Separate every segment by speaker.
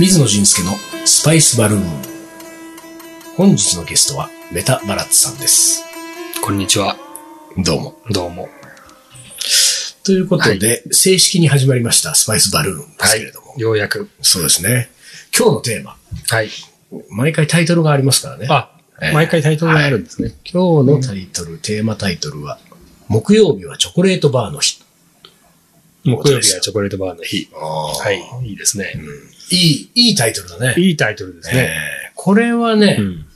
Speaker 1: 水野仁介のスパイスバルーン。本日のゲストはメタバラッツさんです。
Speaker 2: こんにちは。
Speaker 1: どうも。
Speaker 2: どうも。
Speaker 1: ということで、正式に始まりましたスパイスバルーンですけれども。
Speaker 2: ようやく。
Speaker 1: そうですね。今日のテーマ。
Speaker 2: はい。
Speaker 1: 毎回タイトルがありますからね。
Speaker 2: あ、
Speaker 1: ええ
Speaker 2: 毎回タイトルがあるんですね。
Speaker 1: 今日のタイトル、テーマタイトルは、木曜日はチョコレートバーの日。
Speaker 2: 木曜日はチョコレートバーの日。
Speaker 1: は。
Speaker 2: はいい。いいですね。
Speaker 1: いい、いいタイトルだね。
Speaker 2: いいタイトルですね。
Speaker 1: えーこれはね、
Speaker 2: うん。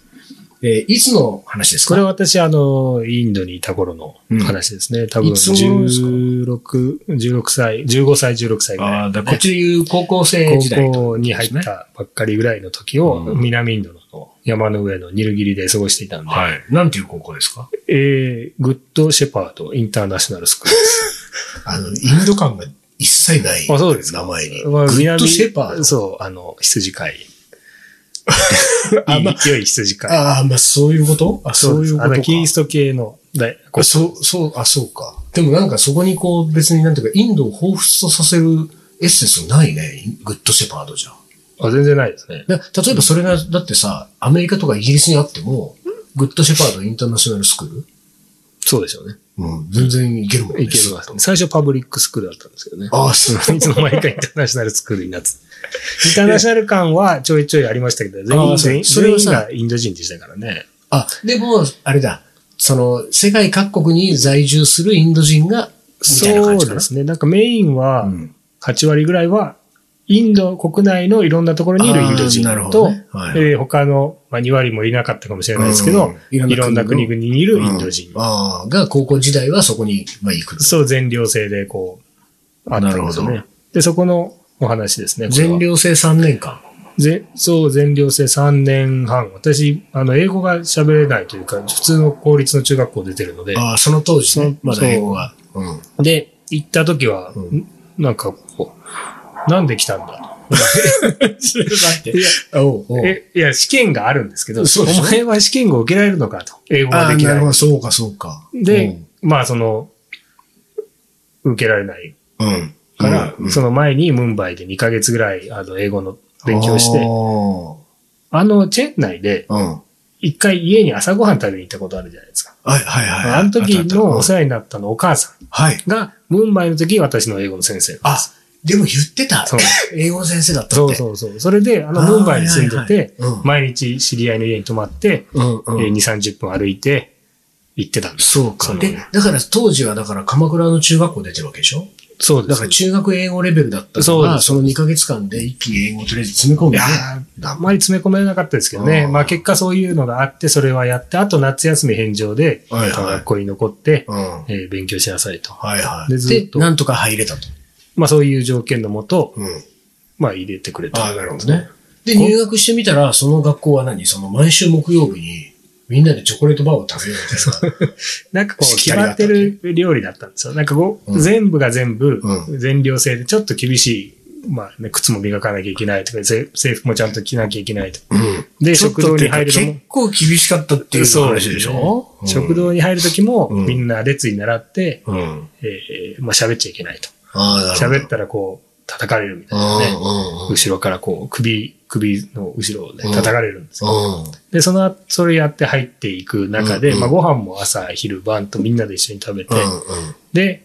Speaker 1: えーいつの話ですか
Speaker 2: これは私、あの、インドにいた頃の話ですね。多分、
Speaker 1: いつ頃ですか
Speaker 2: 16、16歳、15歳、16歳ぐらい。
Speaker 1: ああ、だからこっちでいう高校生時代
Speaker 2: 高校に入ったばっかりぐらいの時を、
Speaker 1: うん
Speaker 2: 南インドの山の上のニルギリで過ごしていたんで、
Speaker 1: はい。なんていう高校ですか
Speaker 2: えー、グッドシェパードインターナショナルスクール
Speaker 1: あの、インド感が一切ない。
Speaker 2: あそうですか
Speaker 1: 名前に。グ
Speaker 2: まあ
Speaker 1: ッドシェパード。
Speaker 2: そう、あの、羊飼い。
Speaker 1: あま
Speaker 2: いい良い羊飼い。
Speaker 1: ああ、まあそういうことあ、そういう
Speaker 2: です
Speaker 1: こと
Speaker 2: あ
Speaker 1: か
Speaker 2: の、。キリスト系の大、こ
Speaker 1: あそう、そう、あ、そうか。でもなんかそこにこう別になんていうか、インドを彷彿とさせるエッセンスないね。グッドシェパードじゃん。
Speaker 2: あ全然ないですね。
Speaker 1: だ例えばそれが、だってさ、アメリカとかイギリスにあっても、グッドシェパードインターナショナルスクール
Speaker 2: そうでしょうね。
Speaker 1: うん、全然いけるもんね。
Speaker 2: いけるわ最初パブリックスクールだったんですけどね。
Speaker 1: ああ、そう。
Speaker 2: いつの間にかインターナショナルスクールになってた。インターナショナル感はちょいちょいありましたけど、全
Speaker 1: あ
Speaker 2: 員、
Speaker 1: そう
Speaker 2: 全員
Speaker 1: それはさ
Speaker 2: 全員がインド人でしたからね。
Speaker 1: あ、でも、あれだ。その、世界各国に在住するインド人が、みたいな
Speaker 2: そ
Speaker 1: 感じか
Speaker 2: うで
Speaker 1: な。
Speaker 2: すね。なんかメインは、
Speaker 1: うん
Speaker 2: 8割ぐらいは、インド国内のいろんなところにいるインド人
Speaker 1: あーなるほ
Speaker 2: と、
Speaker 1: どねはい
Speaker 2: えー他の、まあ、2割もいなかったかもしれないですけ
Speaker 1: う
Speaker 2: ど
Speaker 1: ん、い
Speaker 2: い
Speaker 1: ろんな国の
Speaker 2: ろんな国々にいるインド人。
Speaker 1: うんああ、が高校時代はそこに、まあ、行く。
Speaker 2: そう、全寮制でこう、あったんですよ
Speaker 1: なる
Speaker 2: ね。で、そこのお話ですね。これは
Speaker 1: 全寮制3年間。
Speaker 2: ぜそう、全寮制3年半。私、あの、英語が喋れないというか、普通の公立の中学校出てるので、
Speaker 1: ああ、その当時ね。
Speaker 2: そ
Speaker 1: まだ英語が。うん。
Speaker 2: で、行った時は、
Speaker 1: うん
Speaker 2: んなんかこう、なんで来た んだと。いや
Speaker 1: おうおう
Speaker 2: え、いや、試験があるんですけど、
Speaker 1: そうですね
Speaker 2: お前は試験を受けられるのかと。英語
Speaker 1: あ
Speaker 2: が
Speaker 1: あ、
Speaker 2: でき
Speaker 1: なる
Speaker 2: ない
Speaker 1: ほ。ど。そうか、そうか。
Speaker 2: で、まあ、その、受けられない
Speaker 1: うん、うん。
Speaker 2: から、
Speaker 1: うん
Speaker 2: その前にムンバイで2ヶ月ぐらい、あの、英語の勉強し
Speaker 1: あ
Speaker 2: て、
Speaker 1: ー
Speaker 2: あの、チェン内で、
Speaker 1: うん。
Speaker 2: 一回家に朝ごはん食べに行ったことあるじゃないですか。
Speaker 1: はい、はい、はい。
Speaker 2: あの時のお
Speaker 1: あったあった
Speaker 2: 世話になったのお母さ
Speaker 1: うんはい。
Speaker 2: んが、ムンバイの時、私の英語の先生。
Speaker 1: あ、でも言ってた
Speaker 2: そう。
Speaker 1: 英語の先生だったっ
Speaker 2: そう
Speaker 1: て。う
Speaker 2: そうそう。それで、あの、ムンバイに住んでて、
Speaker 1: はいはいはいうん
Speaker 2: 毎日知り合いの家に泊まって、
Speaker 1: そう。うん、
Speaker 2: え
Speaker 1: う
Speaker 2: ー
Speaker 1: ん。
Speaker 2: 2、30分歩いて行ってたんです。
Speaker 1: そうか。
Speaker 2: その
Speaker 1: で、だから当時はだから鎌倉の中学校出てるわけでしょ
Speaker 2: そうで
Speaker 1: だ
Speaker 2: す
Speaker 1: か。ら中学英語レベルだったの
Speaker 2: そう
Speaker 1: が、
Speaker 2: です
Speaker 1: その2ヶ月間で一気に英語をとりあえず詰め込ん
Speaker 2: い
Speaker 1: で
Speaker 2: や
Speaker 1: ね。
Speaker 2: ーあんまり詰め込めなかったですけどね。
Speaker 1: うん
Speaker 2: まあ結果そういうのがあって、それはやって、あと夏休み返上で、
Speaker 1: はいはい
Speaker 2: 学校に残って、
Speaker 1: うん。はい
Speaker 2: えー勉強しなさいと。
Speaker 1: はい。
Speaker 2: で
Speaker 1: で、
Speaker 2: ずっと
Speaker 1: なんとか入れたと。
Speaker 2: まあそういう条件のもと、
Speaker 1: うん。
Speaker 2: まあ入れてくれた。
Speaker 1: ああ、なるほどね。で、入学してみたら、その学校は何その毎週木曜日に、みんなでチョコレートバーを食べようみたいな。
Speaker 2: なんかこう
Speaker 1: しき
Speaker 2: 決
Speaker 1: たりだ
Speaker 2: ま
Speaker 1: っ
Speaker 2: ったて
Speaker 1: わけ
Speaker 2: る料理だったんですよ。なんかこう、
Speaker 1: うん
Speaker 2: 全部が全部、
Speaker 1: う
Speaker 2: 全寮制でちょっと厳しい、まあね、靴も磨かなきゃいけないとか、ぜ制服もちゃんと着なきゃいけないとか。
Speaker 1: うん
Speaker 2: で
Speaker 1: ちょっと
Speaker 2: 食堂
Speaker 1: っていう
Speaker 2: に
Speaker 1: か
Speaker 2: 入るのも
Speaker 1: 結構厳しかったっていう話でしょ
Speaker 2: そう食堂に入るときも、
Speaker 1: うん
Speaker 2: みんな列に習って、
Speaker 1: うん。うん
Speaker 2: えーまあ喋っちゃいけないと。
Speaker 1: ああ、なるほど。
Speaker 2: 喋ったらこう、叩かれるみたいなね。
Speaker 1: うんうんうん
Speaker 2: 後ろからこう、首、首の後ろをね
Speaker 1: うん、
Speaker 2: 叩かれるんですよ。
Speaker 1: うん。
Speaker 2: で、その後、それやって入っていく中で、
Speaker 1: うんうん
Speaker 2: まあご飯も朝、昼、晩とみんなで一緒に食べて、
Speaker 1: うん
Speaker 2: で、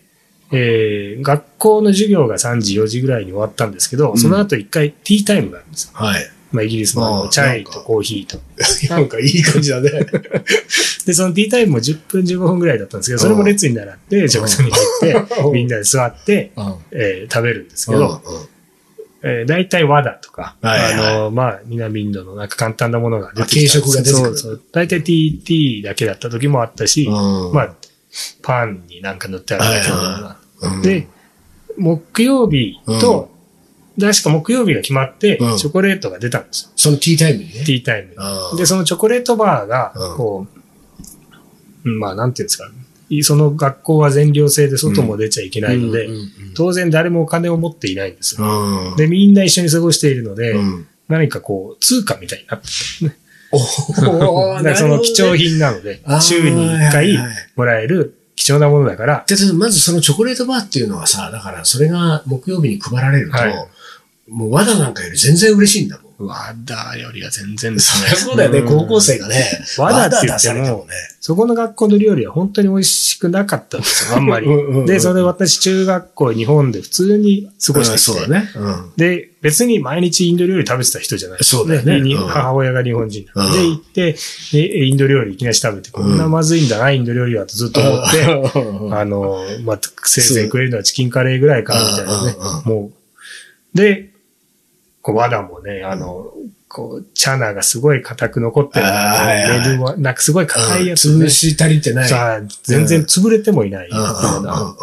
Speaker 2: えー学校の授業が3時、4時ぐらいに終わったんですけど、
Speaker 1: ん
Speaker 2: その後一回ティータイムがあるんですよ。
Speaker 1: はい。
Speaker 2: まあイギリスのあ
Speaker 1: あー
Speaker 2: のチャイ
Speaker 1: なん
Speaker 2: と
Speaker 1: か
Speaker 2: コーヒー と。
Speaker 1: なんかいい感じだね。
Speaker 2: で、そのティータイムも10分、15分ぐらいだったんですけど、それも列に習って、食堂に入っ
Speaker 1: う
Speaker 2: て、
Speaker 1: ん
Speaker 2: みんなで座って、
Speaker 1: うん。
Speaker 2: えー食べるんですけ
Speaker 1: け
Speaker 2: ど
Speaker 1: ど、、
Speaker 2: えー、大体和だとか、
Speaker 1: はいはい
Speaker 2: あの、まあ、南インドのなんか簡単なものが出て
Speaker 1: あ軽食が出てくる
Speaker 2: そうそう。大体ティー、ティーだけだった時もあったし、
Speaker 1: うん
Speaker 2: まあ、パンになんか塗ってあるだけのものが
Speaker 1: はいうん
Speaker 2: で、木曜日と、確か木曜日が決まって、チ
Speaker 1: うん
Speaker 2: ョコレートが出たんですよ。
Speaker 1: そのティータイムにね。
Speaker 2: ティータイム
Speaker 1: あー
Speaker 2: に。で、そのチョコレートバーが
Speaker 1: うん、
Speaker 2: こう、うんまあ、なんていうんですか、いその学校は全寮制で外も出ちゃいけないので
Speaker 1: うんうんうん、
Speaker 2: 当然誰もお金を持っていないんですよ。
Speaker 1: うん
Speaker 2: で、みんな一緒に過ごしているので
Speaker 1: うん、
Speaker 2: 何かこう、通貨みたいに なって
Speaker 1: おー
Speaker 2: だからその貴重。品なので
Speaker 1: あー、
Speaker 2: 週に1
Speaker 1: はい
Speaker 2: 回
Speaker 1: はい
Speaker 2: もらえる貴重なものだから、
Speaker 1: で、まずそのチョコレートバーっていうのはさ、だからそれが木曜日に配られると、
Speaker 2: はい
Speaker 1: もう和田なんかより全然嬉しいんだもん。
Speaker 2: 和田よりは全然です
Speaker 1: そ
Speaker 2: ね
Speaker 1: り。ゃそうだよね、
Speaker 2: ん
Speaker 1: 高校生がね、
Speaker 2: 和田っ
Speaker 1: 出
Speaker 2: て言って
Speaker 1: されて
Speaker 2: も
Speaker 1: も、ね。
Speaker 2: そこの学校の料理は本当に美味しくなかったんですよ、あんま り。
Speaker 1: うんうんうん
Speaker 2: で、それで私、中学校、日本で普通に過ごしてきて、
Speaker 1: うんそうだね。うん。
Speaker 2: で、別に毎日インド料理食べてた人じゃない
Speaker 1: そうだよね
Speaker 2: でに
Speaker 1: うん
Speaker 2: 母親が日本人なんで、
Speaker 1: うん
Speaker 2: 行って、でインド料理いきなり食べて、こんなまずいんだな、インド料理はとずっと思って、
Speaker 1: 思
Speaker 2: あの、まあ、せいぜい食えるのはチキンカレーぐらいかな、みたいなね
Speaker 1: うんうんうん。
Speaker 2: もう。で、こう、和田もね、あの、こう、チャナがすごい硬く残ってる。
Speaker 1: あーはいはい
Speaker 2: レールは、なんかすごい硬いやつ、ね。
Speaker 1: 潰し足りてない。
Speaker 2: さあ全然潰れてもいないような
Speaker 1: う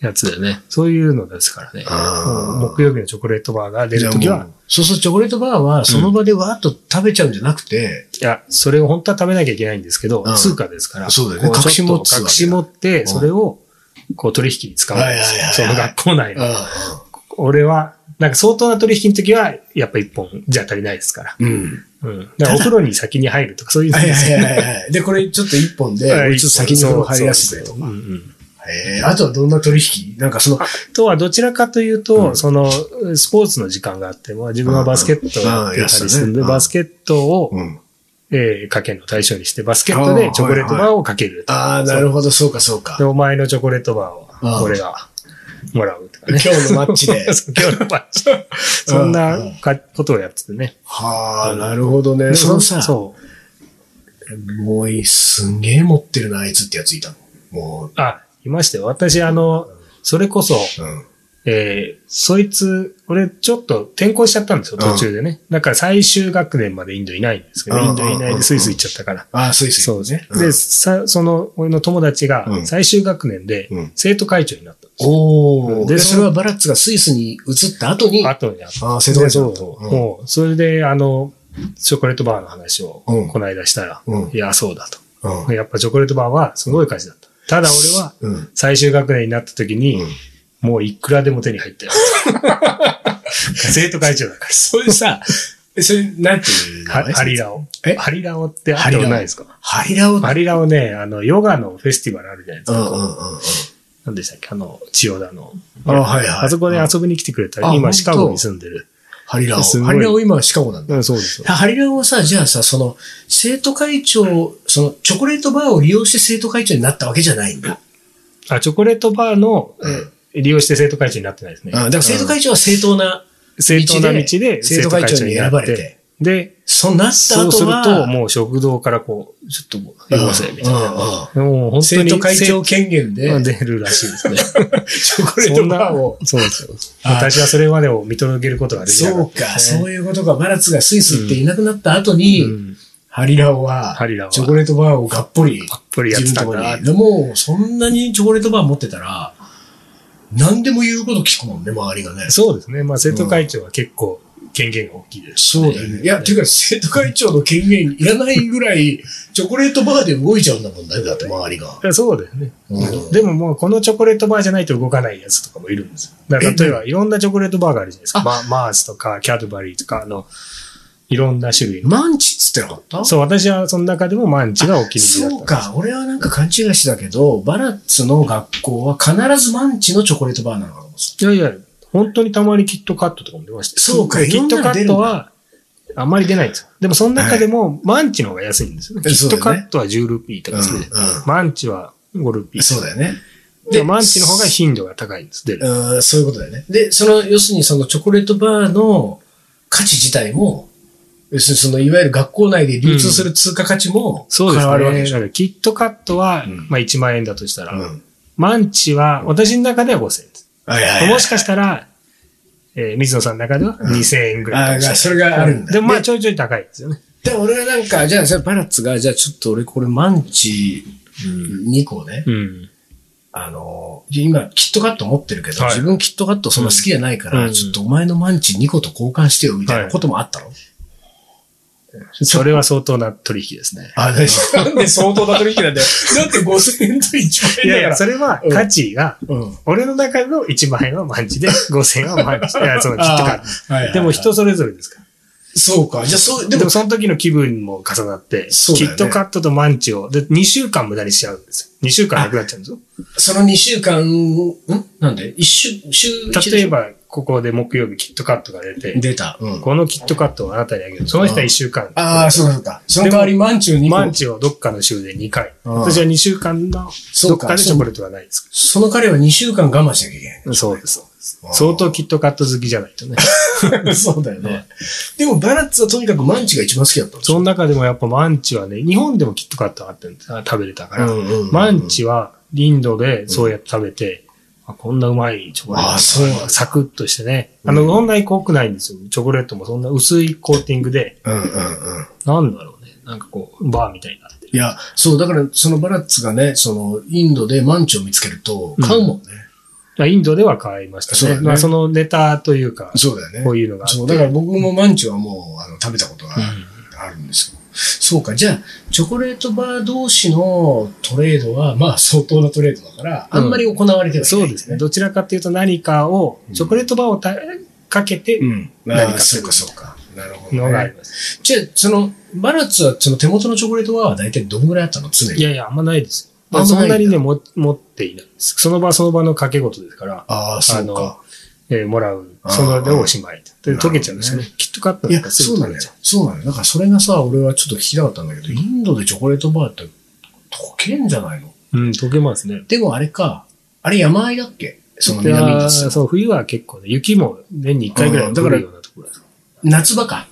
Speaker 2: やつだよね。そういうのですからね。
Speaker 1: あー
Speaker 2: もう木曜日のチョコレートバーが出るとき
Speaker 1: じゃあ
Speaker 2: は
Speaker 1: もう、そうそう、チョコレートバーは、その場でわーっと食べちゃうんじゃなくて、
Speaker 2: いや、それを本当は食べなきゃいけないんですけど、
Speaker 1: うん
Speaker 2: 通貨ですから。
Speaker 1: そうだよね
Speaker 2: こ
Speaker 1: 隠し持つ
Speaker 2: ちょっと
Speaker 1: わけだ
Speaker 2: 隠し持っ
Speaker 1: ん
Speaker 2: て、それを、こう取引に使うんですよ
Speaker 1: はいはいはいはい
Speaker 2: その学校内の。
Speaker 1: う
Speaker 2: 俺は、なんか相当な取引の時は、やっぱ一本じゃ足りないですから。
Speaker 1: んうん。
Speaker 2: うん。だからお風呂に先に入るとか、そういうの
Speaker 1: はい
Speaker 2: で
Speaker 1: は
Speaker 2: す
Speaker 1: い
Speaker 2: よ
Speaker 1: はいはい。で、これちょっと一本で、
Speaker 2: は
Speaker 1: も
Speaker 2: いう
Speaker 1: ちょっと先に風呂入らせて
Speaker 2: そ
Speaker 1: と
Speaker 2: うそう
Speaker 1: か。
Speaker 2: そううんうん
Speaker 1: えーあとはどんな取引なんかその、
Speaker 2: あとはどちらかというと、
Speaker 1: うん
Speaker 2: その、スポーツの時間があっても、自分はバスケットをやってたりするんで、
Speaker 1: うんうん
Speaker 2: バスケットを、
Speaker 1: うん
Speaker 2: えー、かけの対象にして、バスケットでチョコレートバーをかけると。
Speaker 1: ああ、なるほど、そうかそうか
Speaker 2: で、。お前のチョコレートバー
Speaker 1: ああ
Speaker 2: を、俺が、もらうとか
Speaker 1: 今
Speaker 2: ね。
Speaker 1: 日のマッチで。
Speaker 2: そう今日のマッチ。そんなかことをやっててね。
Speaker 1: はあ、なるほどね。
Speaker 2: で
Speaker 1: そのさ、
Speaker 2: そう。
Speaker 1: もういい、すんげえ持ってるな、あいつってやついたの。も
Speaker 2: あ、いましたよ。私、あの、それこそ、
Speaker 1: う、うん。
Speaker 2: えー、そいつ、俺、ちょっと転校しちゃったんですよ、途中でね。だから最終学年までインドいないんですけど、
Speaker 1: うん
Speaker 2: インドいないでスイス行っちゃったから。
Speaker 1: ああ、そうです
Speaker 2: そう
Speaker 1: よ
Speaker 2: ですね。
Speaker 1: う
Speaker 2: で、
Speaker 1: ん
Speaker 2: さ、その、俺の友達
Speaker 1: う
Speaker 2: が
Speaker 1: ん
Speaker 2: 最終学年で
Speaker 1: うん
Speaker 2: 生徒会長になったんですよ。
Speaker 1: おお。
Speaker 2: で
Speaker 1: で、それはバラッツがスイスに移った後に、あ
Speaker 2: 後にあった。
Speaker 1: あ、瀬戸内
Speaker 2: そ
Speaker 1: の
Speaker 2: う
Speaker 1: と。
Speaker 2: そうもう、それで、あの、チョコレートバーの話を、
Speaker 1: うん
Speaker 2: この間したら、
Speaker 1: うん
Speaker 2: いや、そうだ
Speaker 1: うん
Speaker 2: と。やっぱチョコレートバーはすごい会社だった。ただ俺は、
Speaker 1: うん。うん。
Speaker 2: 最終学年になった時に、
Speaker 1: うん
Speaker 2: もういくらでも手に 入ったよ。生徒会長だか
Speaker 1: それさ、それ、なんていうの
Speaker 2: ら。はハリラオ。
Speaker 1: え
Speaker 2: ハリラオってあったことないですか
Speaker 1: ハリラオ。うんうん
Speaker 2: ハリラオね、あの、ヨガのフェスティバルあるじゃないですか。
Speaker 1: うんうん。
Speaker 2: 何でしたっけあの、千代田の。
Speaker 1: あはいはい
Speaker 2: あそこで遊びに来てくれた、
Speaker 1: うんあ
Speaker 2: 今シカゴ
Speaker 1: 本当
Speaker 2: に住んでる。
Speaker 1: ハリラオ。
Speaker 2: すごい
Speaker 1: ハリラオ今シカゴなんだ。
Speaker 2: うん、そうですよ。
Speaker 1: ハリラオはさ、じゃあさ、その、生徒会長、その、チョコレートバーを利用して生徒会長になったわけじゃないんだ。
Speaker 2: あ、チョコレートバーの、
Speaker 1: うん
Speaker 2: え利用して生徒会長になってないですね。
Speaker 1: だから生徒
Speaker 2: うん
Speaker 1: 会長は正当な、
Speaker 2: 正当な道で
Speaker 1: 生徒会長に選ばれて。
Speaker 2: で、
Speaker 1: そうなった
Speaker 2: そう
Speaker 1: 後
Speaker 2: する
Speaker 1: は、
Speaker 2: と、もう食堂からこう、ちょっともう、よこせ、みたいな。
Speaker 1: な。
Speaker 2: もう本当
Speaker 1: 生
Speaker 2: に
Speaker 1: 徒会長権限で
Speaker 2: 生、出るらしいですね。
Speaker 1: チョコレートバーを。
Speaker 2: そうですよ。
Speaker 1: あー
Speaker 2: 私はそれまでを見届けることができなか
Speaker 1: そう
Speaker 2: った
Speaker 1: か、
Speaker 2: ですね、
Speaker 1: そういうことか。バラツがスイス行っていなくなった後に、
Speaker 2: うん
Speaker 1: ハリラオは、
Speaker 2: ハリラオは
Speaker 1: チョコレートバーをがっぽり、
Speaker 2: たっぷりやって
Speaker 1: 自分
Speaker 2: たん
Speaker 1: のとこ
Speaker 2: だ。
Speaker 1: に。でも、そんなにチョコレートバー持ってたら、何でも言うこと聞くもんね、周りがね。
Speaker 2: そうですね。まあ、生徒会長は結構、権限が大きいです。
Speaker 1: そうだよね。いや、ていうか、生徒会長の権限いらないぐらい、チョコレートバーで動いちゃうんだもんね、だって周りが。
Speaker 2: そうだよね。
Speaker 1: うん
Speaker 2: でももうこのチョコレートバーじゃないと動かないやつとかもいるんですよ。だから例えばいろんなチョコレートバーがあるじゃないですか。まマースとかキャドバリーとか、あの、いろんな種類の。
Speaker 1: マンチっつってなかった
Speaker 2: そう、私はその中でもマンチがお気に入りだ
Speaker 1: そ
Speaker 2: っ
Speaker 1: う
Speaker 2: たんです。
Speaker 1: か、俺はなんか勘違いしてたけど、バラッツの学校は必ずマンチのチョコレートバーなのかと思ってた
Speaker 2: いやいや、本当にたまにキットカットとかも出ましたよ。
Speaker 1: そうか
Speaker 2: でキ
Speaker 1: いろ
Speaker 2: ッ
Speaker 1: んな
Speaker 2: ト
Speaker 1: の
Speaker 2: カットは、あんまり出ないんですよ。でもその中でも、マンチの方が安いんですよね。
Speaker 1: え
Speaker 2: キ
Speaker 1: そ
Speaker 2: ッ
Speaker 1: うだ
Speaker 2: ト
Speaker 1: よね
Speaker 2: カットは10ルピーとかですね。
Speaker 1: うんうん
Speaker 2: マンチは5ルピー。
Speaker 1: そうだよね。
Speaker 2: で、マンチの方が頻度が高いんです。出る。
Speaker 1: うん、そういうことだよね。で、その、要するにそのチョコレートバーの価値自体も、要するにその、いわゆる学校内で流通する通貨価値も変
Speaker 2: そうですね。
Speaker 1: わるわけで
Speaker 2: だ
Speaker 1: し
Speaker 2: か
Speaker 1: ょ。
Speaker 2: らキットカットは、
Speaker 1: うん
Speaker 2: まあ1万円だとしたら、
Speaker 1: うん
Speaker 2: マンチは、私の中では5000円です。
Speaker 1: はいはいはい
Speaker 2: もしかしたら、えー水野さんの中では2000円ぐらいか
Speaker 1: あ
Speaker 2: も
Speaker 1: あ、
Speaker 2: しれな
Speaker 1: それ
Speaker 2: い。
Speaker 1: があるんだ。
Speaker 2: でもまあ
Speaker 1: で
Speaker 2: ちょいちょい高いですよね。
Speaker 1: で俺はなんか、じゃあ、じゃあバラッツが、じゃあちょっと俺これマンチ2個ね、
Speaker 2: うん。
Speaker 1: あの、今、キットカット持ってるけど、
Speaker 2: はい
Speaker 1: 自分キットカットそんな好きじゃないから、
Speaker 2: うん
Speaker 1: ちょっとお前のマンチ2個と交換してよ、みたいなこともあったの、
Speaker 2: それは相当な取引ですね。
Speaker 1: あ、でなんで相当な取引なんだよ。だって5000円と1万円だから。
Speaker 2: いやいや、それは
Speaker 1: うん
Speaker 2: 価値が、
Speaker 1: うん。
Speaker 2: 俺の中の1万円はマンチで、5000円はマンチ。いや、そのキットカッ
Speaker 1: あーはいはいはい
Speaker 2: ト。でも人それぞれですから。
Speaker 1: そうか。じゃあ、そう、で
Speaker 2: でも
Speaker 1: も、
Speaker 2: その時の気分も重なって、
Speaker 1: そうだ
Speaker 2: キ
Speaker 1: よね
Speaker 2: ットカットとマンチを、で、2週間無駄にしちゃうんですよ。2週間なくなっちゃうんですよ。
Speaker 1: その2週間、んなんで一週、週一でし
Speaker 2: 例え
Speaker 1: ょ
Speaker 2: ば、ここで木曜日キットカットが出て、
Speaker 1: 出た。うん。
Speaker 2: このキットカットをあなたにあげる。その人は1週間。
Speaker 1: ああ、そうかそうか。その代わり、マンチュー2個。
Speaker 2: マンチをどっかの週で2回。
Speaker 1: うん
Speaker 2: 私は2週間の
Speaker 1: そ
Speaker 2: ど
Speaker 1: う
Speaker 2: っ
Speaker 1: か
Speaker 2: かでチョコレートがないです。
Speaker 1: その彼は2週間我慢しなきゃいけない。
Speaker 2: そうです。そうです相当キットカット好きじゃないとね。
Speaker 1: そうだよね。でもバラッツはとにかくマンチが一番好きだったんです
Speaker 2: その中でもやっぱマンチはね、日本でもキットカットがあってんあ食べれたから、
Speaker 1: うんうんうん
Speaker 2: マンチはインドでそうやって食べて、あこんなうまいチョコレート。
Speaker 1: あそうなんだ
Speaker 2: サクッとしてね。あ
Speaker 1: う
Speaker 2: の、
Speaker 1: ん
Speaker 2: そんなに濃くないんですよ。チョコレートもそんな薄いコーティングで、
Speaker 1: うんうんうん。
Speaker 2: なんだろうね。なんかこう、バーみたいになってる。
Speaker 1: いや、そう、だからそのバラッツがね、そのインドでマンチを見つけると買うもんね。
Speaker 2: まあインドでは買いました
Speaker 1: そう
Speaker 2: ね。
Speaker 1: だね
Speaker 2: まあそのネタというか、
Speaker 1: そうだよね。
Speaker 2: こういうのがあって
Speaker 1: そう、だから僕もマンチはもうあの食べたことがあるんですけど。そうか、じゃあ、チョコレートバー同士のトレードは、まあ相当なトレードだから、あんまり行われてはいない、
Speaker 2: そうですね。。どちらかというと何かを、チョコレートバーをたかけて
Speaker 1: うん。
Speaker 2: 何
Speaker 1: ああ、
Speaker 2: かす
Speaker 1: そ
Speaker 2: る
Speaker 1: うかそうか。なるほど、
Speaker 2: のがあり
Speaker 1: ね。
Speaker 2: ます。
Speaker 1: じゃあ、その、バラッツはその手元のチョコレートバーは大体どんぐらいあったの常に。
Speaker 2: いやいや、あんまないですよ。ま
Speaker 1: あ
Speaker 2: あ、
Speaker 1: んま
Speaker 2: そ
Speaker 1: ないん
Speaker 2: ん
Speaker 1: だ
Speaker 2: なにね、も持っていないです。その場その場の掛け事ですから、
Speaker 1: ああ、そうか。
Speaker 2: えーもらう。
Speaker 1: あー
Speaker 2: その場でおしまい。で、
Speaker 1: なるほどね
Speaker 2: 溶けちゃうんですよね。きっとカット
Speaker 1: い
Speaker 2: な
Speaker 1: や、
Speaker 2: んかす
Speaker 1: そ
Speaker 2: ぐ
Speaker 1: うな
Speaker 2: 溶
Speaker 1: ん
Speaker 2: け
Speaker 1: だ
Speaker 2: ち
Speaker 1: よ
Speaker 2: ゃう。。
Speaker 1: そうなんだよ。だからそれがさ、俺はちょっと聞きたかったんだけど、インドでチョコレートバーって溶けんじゃないの
Speaker 2: うん、溶けますね。
Speaker 1: でもあれか、あれ山あいだっけその
Speaker 2: で
Speaker 1: 南に
Speaker 2: あー
Speaker 1: 立つ
Speaker 2: そう、冬は結構ね、雪も年に1回ぐらい
Speaker 1: うん
Speaker 2: は
Speaker 1: だ
Speaker 2: 降
Speaker 1: から
Speaker 2: るようなところです。
Speaker 1: 夏場か。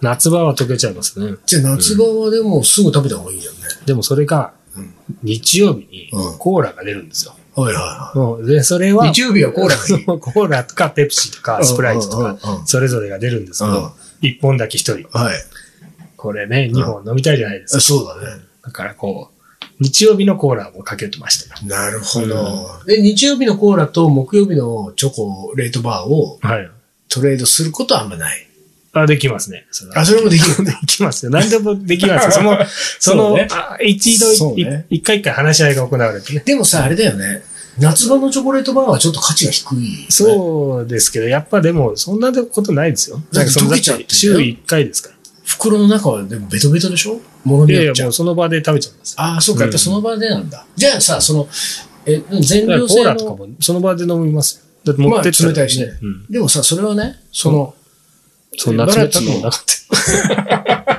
Speaker 2: 夏場は溶けちゃいますね。
Speaker 1: じゃあ夏場はでもすぐ食べた方がいいじゃんね。
Speaker 2: でもそれが
Speaker 1: うん、
Speaker 2: 日曜日に
Speaker 1: うん
Speaker 2: コーラが出るんですよ。
Speaker 1: はいは
Speaker 2: もうで、それは、
Speaker 1: 日曜日はコーラがいい
Speaker 2: そう コーラとかペプシとかスプライトとか
Speaker 1: うんうんうんうん、
Speaker 2: それぞれが出るんですけど、1本だけ1人。
Speaker 1: い。 はい。
Speaker 2: これね、2本飲みたいじゃないですか
Speaker 1: あそうだね。
Speaker 2: だからこう、日曜日のコーラもかけてましたよ。
Speaker 1: なるほど。で、日曜日のコーラと木曜日のチョコレートバーを
Speaker 2: はい。
Speaker 1: トレードすることはあんまない。
Speaker 2: あ、できますね。それは
Speaker 1: あ、それもできるん
Speaker 2: で
Speaker 1: だ。
Speaker 2: きますよ。何でもできますよ。その、そ
Speaker 1: そう
Speaker 2: の
Speaker 1: ね、
Speaker 2: あ一度
Speaker 1: そう、ね
Speaker 2: い一回一回話し合いが行われてね。
Speaker 1: でもさ、あれだよね。夏場のチョコレートバーはちょっと価値が低い。
Speaker 2: そうですけど、やっぱでも、そんなことないですよ。
Speaker 1: だって
Speaker 2: その
Speaker 1: 溶けちゃってんだよ
Speaker 2: 週1回ですから。
Speaker 1: 袋の中はでもベトベトでしょ物
Speaker 2: い
Speaker 1: に
Speaker 2: やい
Speaker 1: よ
Speaker 2: や
Speaker 1: っち、ゃ
Speaker 2: も
Speaker 1: う
Speaker 2: う。その場で食べちゃいます。
Speaker 1: ああ、そうか。やっぱその場でなんだ。じゃあさ、その、え、全
Speaker 2: だから
Speaker 1: 量
Speaker 2: コー
Speaker 1: 性
Speaker 2: ラとか
Speaker 1: の。
Speaker 2: もその場で飲みますよ。だって持ってったら
Speaker 1: まあ冷たいしね
Speaker 2: うん。
Speaker 1: でもさ、それはね、その、
Speaker 2: そんな冷たくもなかった。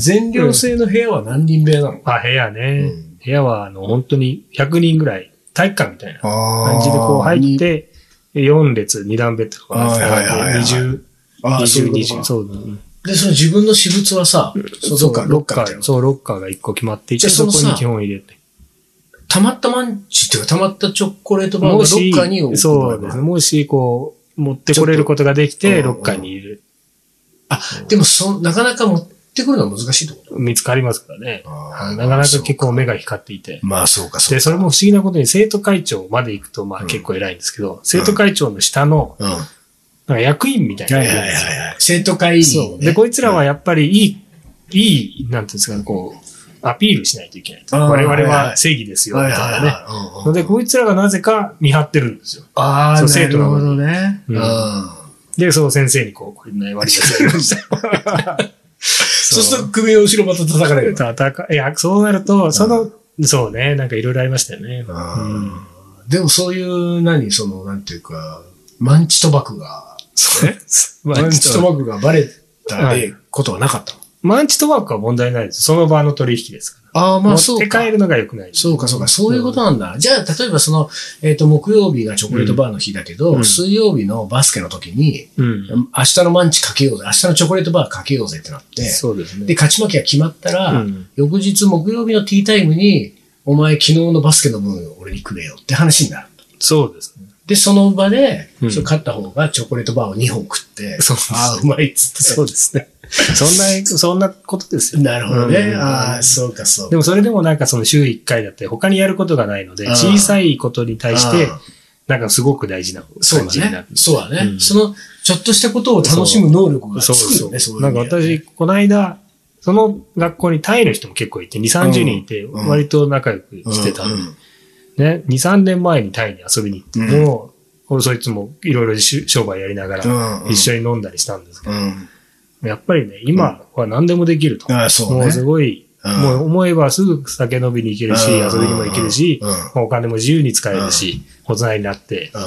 Speaker 1: 全量性の部屋は何人部屋なの
Speaker 2: まあ部屋ね
Speaker 1: うん。
Speaker 2: 部屋は、あの、本当に100人ぐらい、体育館みたいな。
Speaker 1: あ
Speaker 2: 感じでこう入っ、て、4列、2段ベッドとか、
Speaker 1: はいはいはいはい
Speaker 2: 20、
Speaker 1: ああ、そういう
Speaker 2: 20、
Speaker 1: ことか
Speaker 2: 20、そう、うん
Speaker 1: で、その自分の私物はさ、そうか、ロッカーみたいな
Speaker 2: そう、ロッカーが1個決まってい
Speaker 1: じゃ
Speaker 2: て、
Speaker 1: あそ
Speaker 2: そ
Speaker 1: の
Speaker 2: こ
Speaker 1: さ
Speaker 2: に基本入れて。
Speaker 1: たまったマンチっていうか、たまったチョコレートバーがロ
Speaker 2: もし
Speaker 1: ッカーに置、く
Speaker 2: そうですね。もし、こう、持ってこれることができ
Speaker 1: ちょ
Speaker 2: て、
Speaker 1: っと
Speaker 2: ロッカーに入れる、
Speaker 1: あ、でもそ、なかなか持ってくるのは難しいってこと
Speaker 2: 見つかりますからね。
Speaker 1: あー
Speaker 2: なかなか結構目が光っていて。
Speaker 1: まあ、そうか、そう
Speaker 2: で、
Speaker 1: か。
Speaker 2: それも不思議なことに生徒会長まで行くと、まあ結構偉いんですけど、生徒会長の下の、
Speaker 1: うん。は
Speaker 2: なんか役員みたい
Speaker 1: い
Speaker 2: な
Speaker 1: は
Speaker 2: の
Speaker 1: い
Speaker 2: がいるん
Speaker 1: は
Speaker 2: で
Speaker 1: い
Speaker 2: すよ。
Speaker 1: はい。生徒会に、
Speaker 2: そう。で、こいつらはやっぱりいい、いい、なんていうんですかね、こう、アピールしないといけないと。
Speaker 1: あー
Speaker 2: 我々
Speaker 1: はいは
Speaker 2: はい正義ですよ、
Speaker 1: は
Speaker 2: み
Speaker 1: い
Speaker 2: た
Speaker 1: はいい
Speaker 2: なね。
Speaker 1: はい。
Speaker 2: ので、こいつらがなぜか見張ってるんですよ。
Speaker 1: あ
Speaker 2: そ
Speaker 1: あ、
Speaker 2: う
Speaker 1: な
Speaker 2: 生徒
Speaker 1: る
Speaker 2: な
Speaker 1: ほ
Speaker 2: の
Speaker 1: どね。
Speaker 2: う
Speaker 1: うんん。
Speaker 2: で、その先生にこう、これない割り出されま した。
Speaker 1: そうすると首の後ろまた叩かれる。
Speaker 2: 戦い、いや、そうなると、その、そうね、なんかいろいろありましたよね。 うん
Speaker 1: でもそういう、何、その、なんていうか、マンチ賭博が、ね
Speaker 2: マ
Speaker 1: マン
Speaker 2: ン
Speaker 1: チ
Speaker 2: チ
Speaker 1: 賭
Speaker 2: と、
Speaker 1: 博がバレた
Speaker 2: はい
Speaker 1: ことはなかったの
Speaker 2: マンチとワークは問題ないです。その場の取引ですから。
Speaker 1: ああ、まあ
Speaker 2: 持
Speaker 1: そ
Speaker 2: っ
Speaker 1: う
Speaker 2: て
Speaker 1: か
Speaker 2: 帰。るのが良くない。
Speaker 1: そうか、そうか、そういうことなんだ。じゃあ、例えばその、えっ、と、木曜日がチョコレートバーの日だけど、
Speaker 2: うん
Speaker 1: 水曜日のバスケの時に、
Speaker 2: うん。
Speaker 1: 明日のマンチかけようぜ、明日のチョコレートバーかけようぜってなって、
Speaker 2: そうですね。
Speaker 1: で、勝ち負けが決まったら、
Speaker 2: うん
Speaker 1: 翌日木曜日のティータイムに、お前昨日のバスケの分俺にくれよって話になる。
Speaker 2: そうですね。
Speaker 1: で、その場で、
Speaker 2: うん
Speaker 1: それ勝った方がチョコレートバーを2本食って、
Speaker 2: そうです
Speaker 1: ああ、うまいっつって
Speaker 2: そうですね。 そんな、そんなことですよ。
Speaker 1: なるほどね。
Speaker 2: うん
Speaker 1: ああ、そうかそう
Speaker 2: で
Speaker 1: か。
Speaker 2: もそれでもなんかその週1回だって他にやることがないので、
Speaker 1: あー
Speaker 2: 小さいことに対して
Speaker 1: あー、
Speaker 2: なんかすごく大事な
Speaker 1: そ
Speaker 2: 感
Speaker 1: う
Speaker 2: じにな
Speaker 1: だ
Speaker 2: る
Speaker 1: ね。。そうだね、
Speaker 2: うん
Speaker 1: その、ちょっとしたことを楽しむ能力がつ
Speaker 2: そう
Speaker 1: く
Speaker 2: そ
Speaker 1: よ
Speaker 2: う
Speaker 1: ね、そういう
Speaker 2: な
Speaker 1: 意
Speaker 2: んか
Speaker 1: 味ではね
Speaker 2: 私、この間、その学校にタイの人も結構いて、2、30人いて、
Speaker 1: うん
Speaker 2: 割と仲良くしてた
Speaker 1: うんん
Speaker 2: で、ね、2、3年前にタイに遊びに行って、
Speaker 1: うん
Speaker 2: もう、俺そいつもいろいろし商売やりながら、
Speaker 1: ん
Speaker 2: 一緒に飲んだりしたんですけど、
Speaker 1: うん。
Speaker 2: やっぱりね、今は何でもできると。
Speaker 1: ああ、そう
Speaker 2: も
Speaker 1: ね。
Speaker 2: うすごい、
Speaker 1: うん
Speaker 2: もう思えばすぐ酒飲みに行けるし、遊びにも行けるし、
Speaker 1: うん。うん
Speaker 2: お金も自由に使えるし、大人になって。
Speaker 1: うん。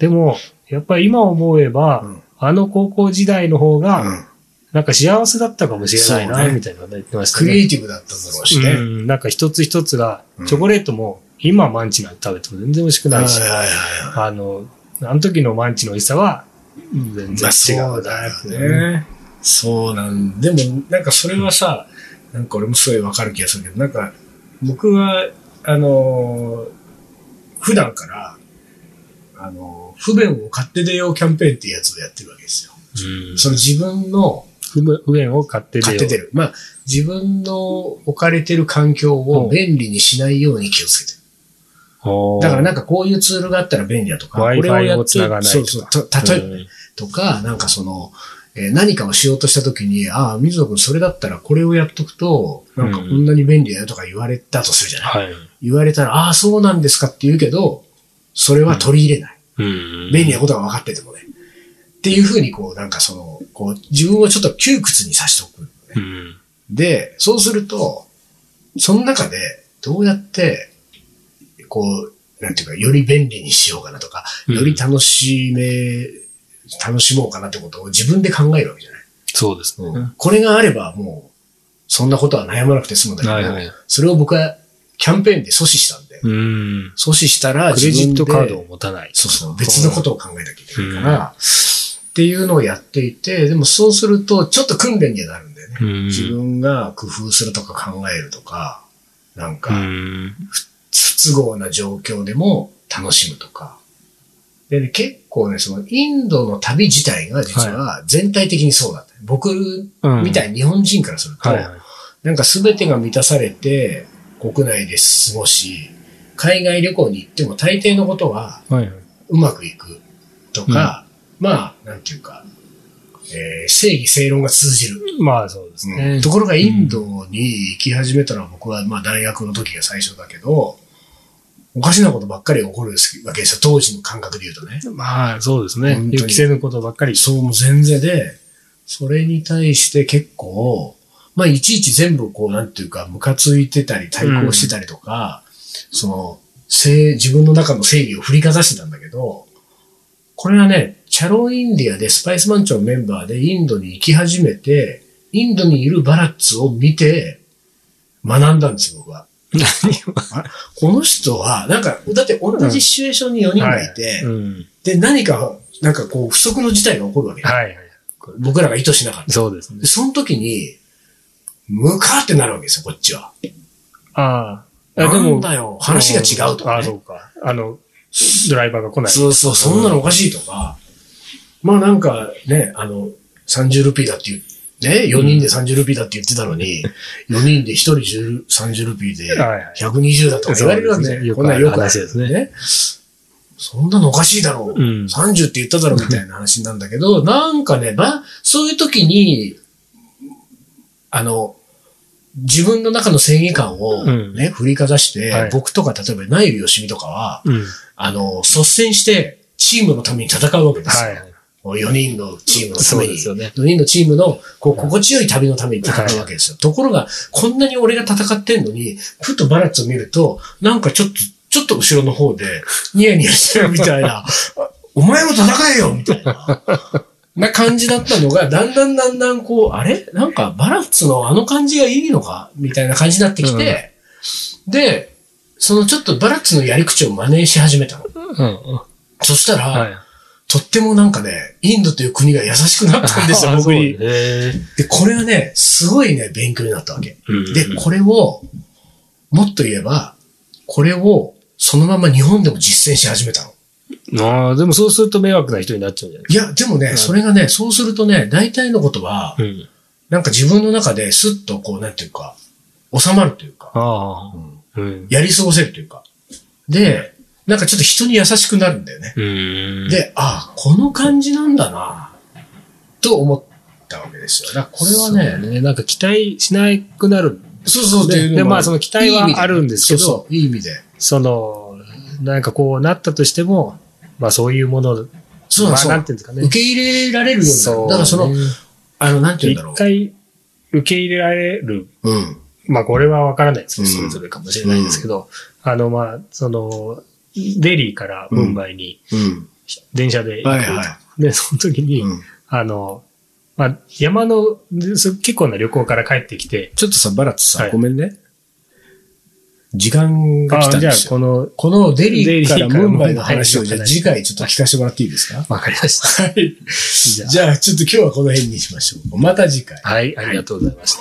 Speaker 2: でも、やっぱり今思えば、
Speaker 1: うん
Speaker 2: あの高校時代の方が、
Speaker 1: うん
Speaker 2: なんか幸せだったかもしれない
Speaker 1: そう
Speaker 2: な、
Speaker 1: ね
Speaker 2: みたいなこと言ってました
Speaker 1: クリエ
Speaker 2: ね。
Speaker 1: イティブだったんだろうしね。
Speaker 2: う
Speaker 1: は
Speaker 2: ん、なんか一つ一つが
Speaker 1: う、ん
Speaker 2: チョコレートも、今マンチなんて食べても全然美味しく
Speaker 1: い
Speaker 2: な
Speaker 1: はい
Speaker 2: いし、
Speaker 1: はい
Speaker 2: あの、あの時のマンチの美味しさは、全
Speaker 1: ま
Speaker 2: 然
Speaker 1: あ
Speaker 2: 違
Speaker 1: そううだよ
Speaker 2: なって
Speaker 1: ね。そうなんでも、なんかそれはさ、なんか俺もすごいわかる気がするけど、なんか、僕は、あのー普段から、あのー不便を買って出ようキャンペーンっていうやつをやってるわけですよ。
Speaker 2: うん
Speaker 1: その自分の
Speaker 2: 不便不便を買って出
Speaker 1: 買
Speaker 2: よ
Speaker 1: って出
Speaker 2: う。
Speaker 1: る。まあ、自分の置かれてる環境を便利にしないように気をつけてる
Speaker 2: おー
Speaker 1: だからなんかこういうツールがあったら便利だとか、こ
Speaker 2: Wi-Fi
Speaker 1: れをやっと
Speaker 2: を繋がないとか
Speaker 1: そうそう、た例えばね、
Speaker 2: うん
Speaker 1: とか、なんかその、えー何かをしようとしたときに、ああ、水野君それだったらこれをやっとくと、なんかこんなに便利だよとか言われたとするじゃない、
Speaker 2: はい。
Speaker 1: 言われたら、ああ、そうなんですかって言うけど、それは取り入れない。
Speaker 2: うん
Speaker 1: 便利なことが分かっててもね。っていうふうに、こう、なんかその、こう、自分をちょっと窮屈にさしておくのね、
Speaker 2: うん
Speaker 1: で、そうすると、その中で、どうやって、こう、なんていうか、より便利にしようかなとか、
Speaker 2: うん
Speaker 1: より楽しめ、楽しもうかなってことを自分で考えるわけじゃない。
Speaker 2: そうですね。
Speaker 1: これがあれば、もう、そんなことは悩まなくて済むんだけど、
Speaker 2: はいはい
Speaker 1: それを僕はキャンペーンで阻止したんで、
Speaker 2: うん。
Speaker 1: 阻止したら
Speaker 2: ク
Speaker 1: 自
Speaker 2: レ
Speaker 1: 分で、
Speaker 2: ジットカードを持たない。
Speaker 1: そうそう、別のことを考えなきゃいけないから、っていうのをやっていて、でもそうすると、ちょっと訓練にはなるんだよね。
Speaker 2: うん
Speaker 1: 自分が工夫するとか考えるとか、なん
Speaker 2: う
Speaker 1: か、
Speaker 2: ん。
Speaker 1: 不都合な状況でも楽しむとか。で、ね、結構ね、そのインドの旅自体が実は全体的にそうだった。僕みた
Speaker 2: い
Speaker 1: いに日本人からすると、
Speaker 2: はいはい。
Speaker 1: なんか全てが満たされて、国内で過ごし、海外旅行に行っても大抵のことは
Speaker 2: はいはい。
Speaker 1: うまくいくとか、まあ、なんていうか、えー正義正論が通じる。
Speaker 2: まあそうですね。
Speaker 1: ところがインドに行き始めたのは僕はまあ大学の時が最初だけど、おかしなことばっかり起こるわけですよ、当時の感覚で言うとね。
Speaker 2: まあそうですね
Speaker 1: 本。当に
Speaker 2: 予期せぬことばっかり。
Speaker 1: そうもう全然で、それに対して結構、まあいちいち全部こうなんていうか、ムカついてたり対抗してたりとか、その、せい自分の中の正義を振りかざしてたんだけど、これはね、チャロインディアでスパイスマンチョンメンバーでインドに行き始めて、インドにいるバラッツを見て、学んだんですよ、僕は。この人は、なんか、だって同じシチュエーションに4人がいて、
Speaker 2: うん。
Speaker 1: で、何か、なんかこう、不測の事態が起こるわけよ
Speaker 2: はいはい。
Speaker 1: 僕らが意図しなかった。
Speaker 2: そうですね
Speaker 1: で、。その時に、ムカーってなるわけですよ、こっちは。
Speaker 2: ああ。あで
Speaker 1: なん
Speaker 2: も、
Speaker 1: だよ、話が違うと
Speaker 2: あ
Speaker 1: か、
Speaker 2: あ、そ
Speaker 1: ね。
Speaker 2: うか。あの、ドライバーが来ない。
Speaker 1: そうそう、そんなのおかしいとか。まあなんかね、あの、30ルピーだっていう、ね、4人で30ルピーだって言ってたの に、4人で1人10 30ルピーで
Speaker 2: はいはい
Speaker 1: 120だとか言われるわけ
Speaker 2: そうですねよく
Speaker 1: こんなよくある
Speaker 2: 話ですね
Speaker 1: そんなのおかしいだろう。
Speaker 2: うん
Speaker 1: 30って言っただろみたいな話なんだけど、なんかね、ば、そういう時に、あの、自分の中の正義感を
Speaker 2: うん
Speaker 1: ね、振りかざして、
Speaker 2: はい
Speaker 1: 僕とか例えばナイルヨシミとかは、
Speaker 2: うん。
Speaker 1: あの、率先してチームのために戦うわけですよ。
Speaker 2: はいはい。
Speaker 1: 4人のチームのた
Speaker 2: そう
Speaker 1: め
Speaker 2: で
Speaker 1: に。
Speaker 2: すよね。
Speaker 1: 4人のチームの、こう、心地よい旅のために戦うわけですよ。ところが、こんなに俺が戦ってんのに、ふとバラッツを見ると、なんかちょっと、ちょっと後ろの方で、ニヤニヤしてるみたいな、あ お前も戦えよみたいな。な感じだったのが、だんだんだんだんこう、あれなんかバラッツのあの感じがいいのかみたいな感じになってきて、で、そのちょっとバラッツのやり口を真似し始めたの。
Speaker 2: うん。は
Speaker 1: そしたら、
Speaker 2: い。
Speaker 1: とってもなんかね、インドという国が優しくなったんですよ、
Speaker 2: あ
Speaker 1: 僕に
Speaker 2: そう。ね
Speaker 1: で、これはね、すごいね、勉強になったわけ。
Speaker 2: うん
Speaker 1: で、これを、もっと言えば、これを、そのまま日本でも実践し始めたの。
Speaker 2: ああ、でもそうすると迷惑な人になっちゃうんじゃない
Speaker 1: いや、でもね、それがね、そうするとね、大体のことは、
Speaker 2: うん。
Speaker 1: なんか自分の中でスッとこう、なんていうか、収まるというか、
Speaker 2: ああ。うん。
Speaker 1: やり過ごせるというか。で、なんかちょっと人に優しくなるんだよね。
Speaker 2: うん。
Speaker 1: で、ああ、この感じなんだな、と思ったわけですよ。だからこれはね、
Speaker 2: そうなんか期待しなくなる。
Speaker 1: そうそうっていうのも
Speaker 2: ででまあその期待はあるんですけど
Speaker 1: そうそういい意味で。
Speaker 2: その、なんかこうなったとしても、まあそういうもの、
Speaker 1: そうな
Speaker 2: ま
Speaker 1: ん
Speaker 2: あ
Speaker 1: そう
Speaker 2: なんていうんですかね
Speaker 1: 受。け入れられるようになる。
Speaker 2: そう
Speaker 1: だからその、あの、なんて言うんだろ
Speaker 2: 一
Speaker 1: う。
Speaker 2: 回受け入れられる。
Speaker 1: うん。
Speaker 2: まあこれはわからないですけど、
Speaker 1: うん
Speaker 2: それぞれかもしれないですけど、あのまあ、その、デリーからムンバイに
Speaker 1: うん。
Speaker 2: 電車で行く。
Speaker 1: はいは
Speaker 2: で、その時
Speaker 1: い。
Speaker 2: に、
Speaker 1: うん
Speaker 2: あの、まあ、山の、す結構な旅行から帰ってきて、
Speaker 1: ちょっとさ、バラッツさ
Speaker 2: は
Speaker 1: ん、
Speaker 2: い
Speaker 1: ごめんね。時間が来た
Speaker 2: あ
Speaker 1: ん
Speaker 2: じゃ
Speaker 1: で
Speaker 2: あ
Speaker 1: すよ。
Speaker 2: この、
Speaker 1: このデリーから
Speaker 2: デリーから
Speaker 1: ムンバイの話を、
Speaker 2: ムン
Speaker 1: じ
Speaker 2: バ
Speaker 1: ゃ
Speaker 2: イの話を
Speaker 1: あ次回ちょっと聞かせてもらっていいですか
Speaker 2: わかりました。
Speaker 1: はい。
Speaker 2: じゃ
Speaker 1: じゃあ、ちょっと今日はこの辺にしましょう。また次回。
Speaker 2: あ、はい、ありがとうございました。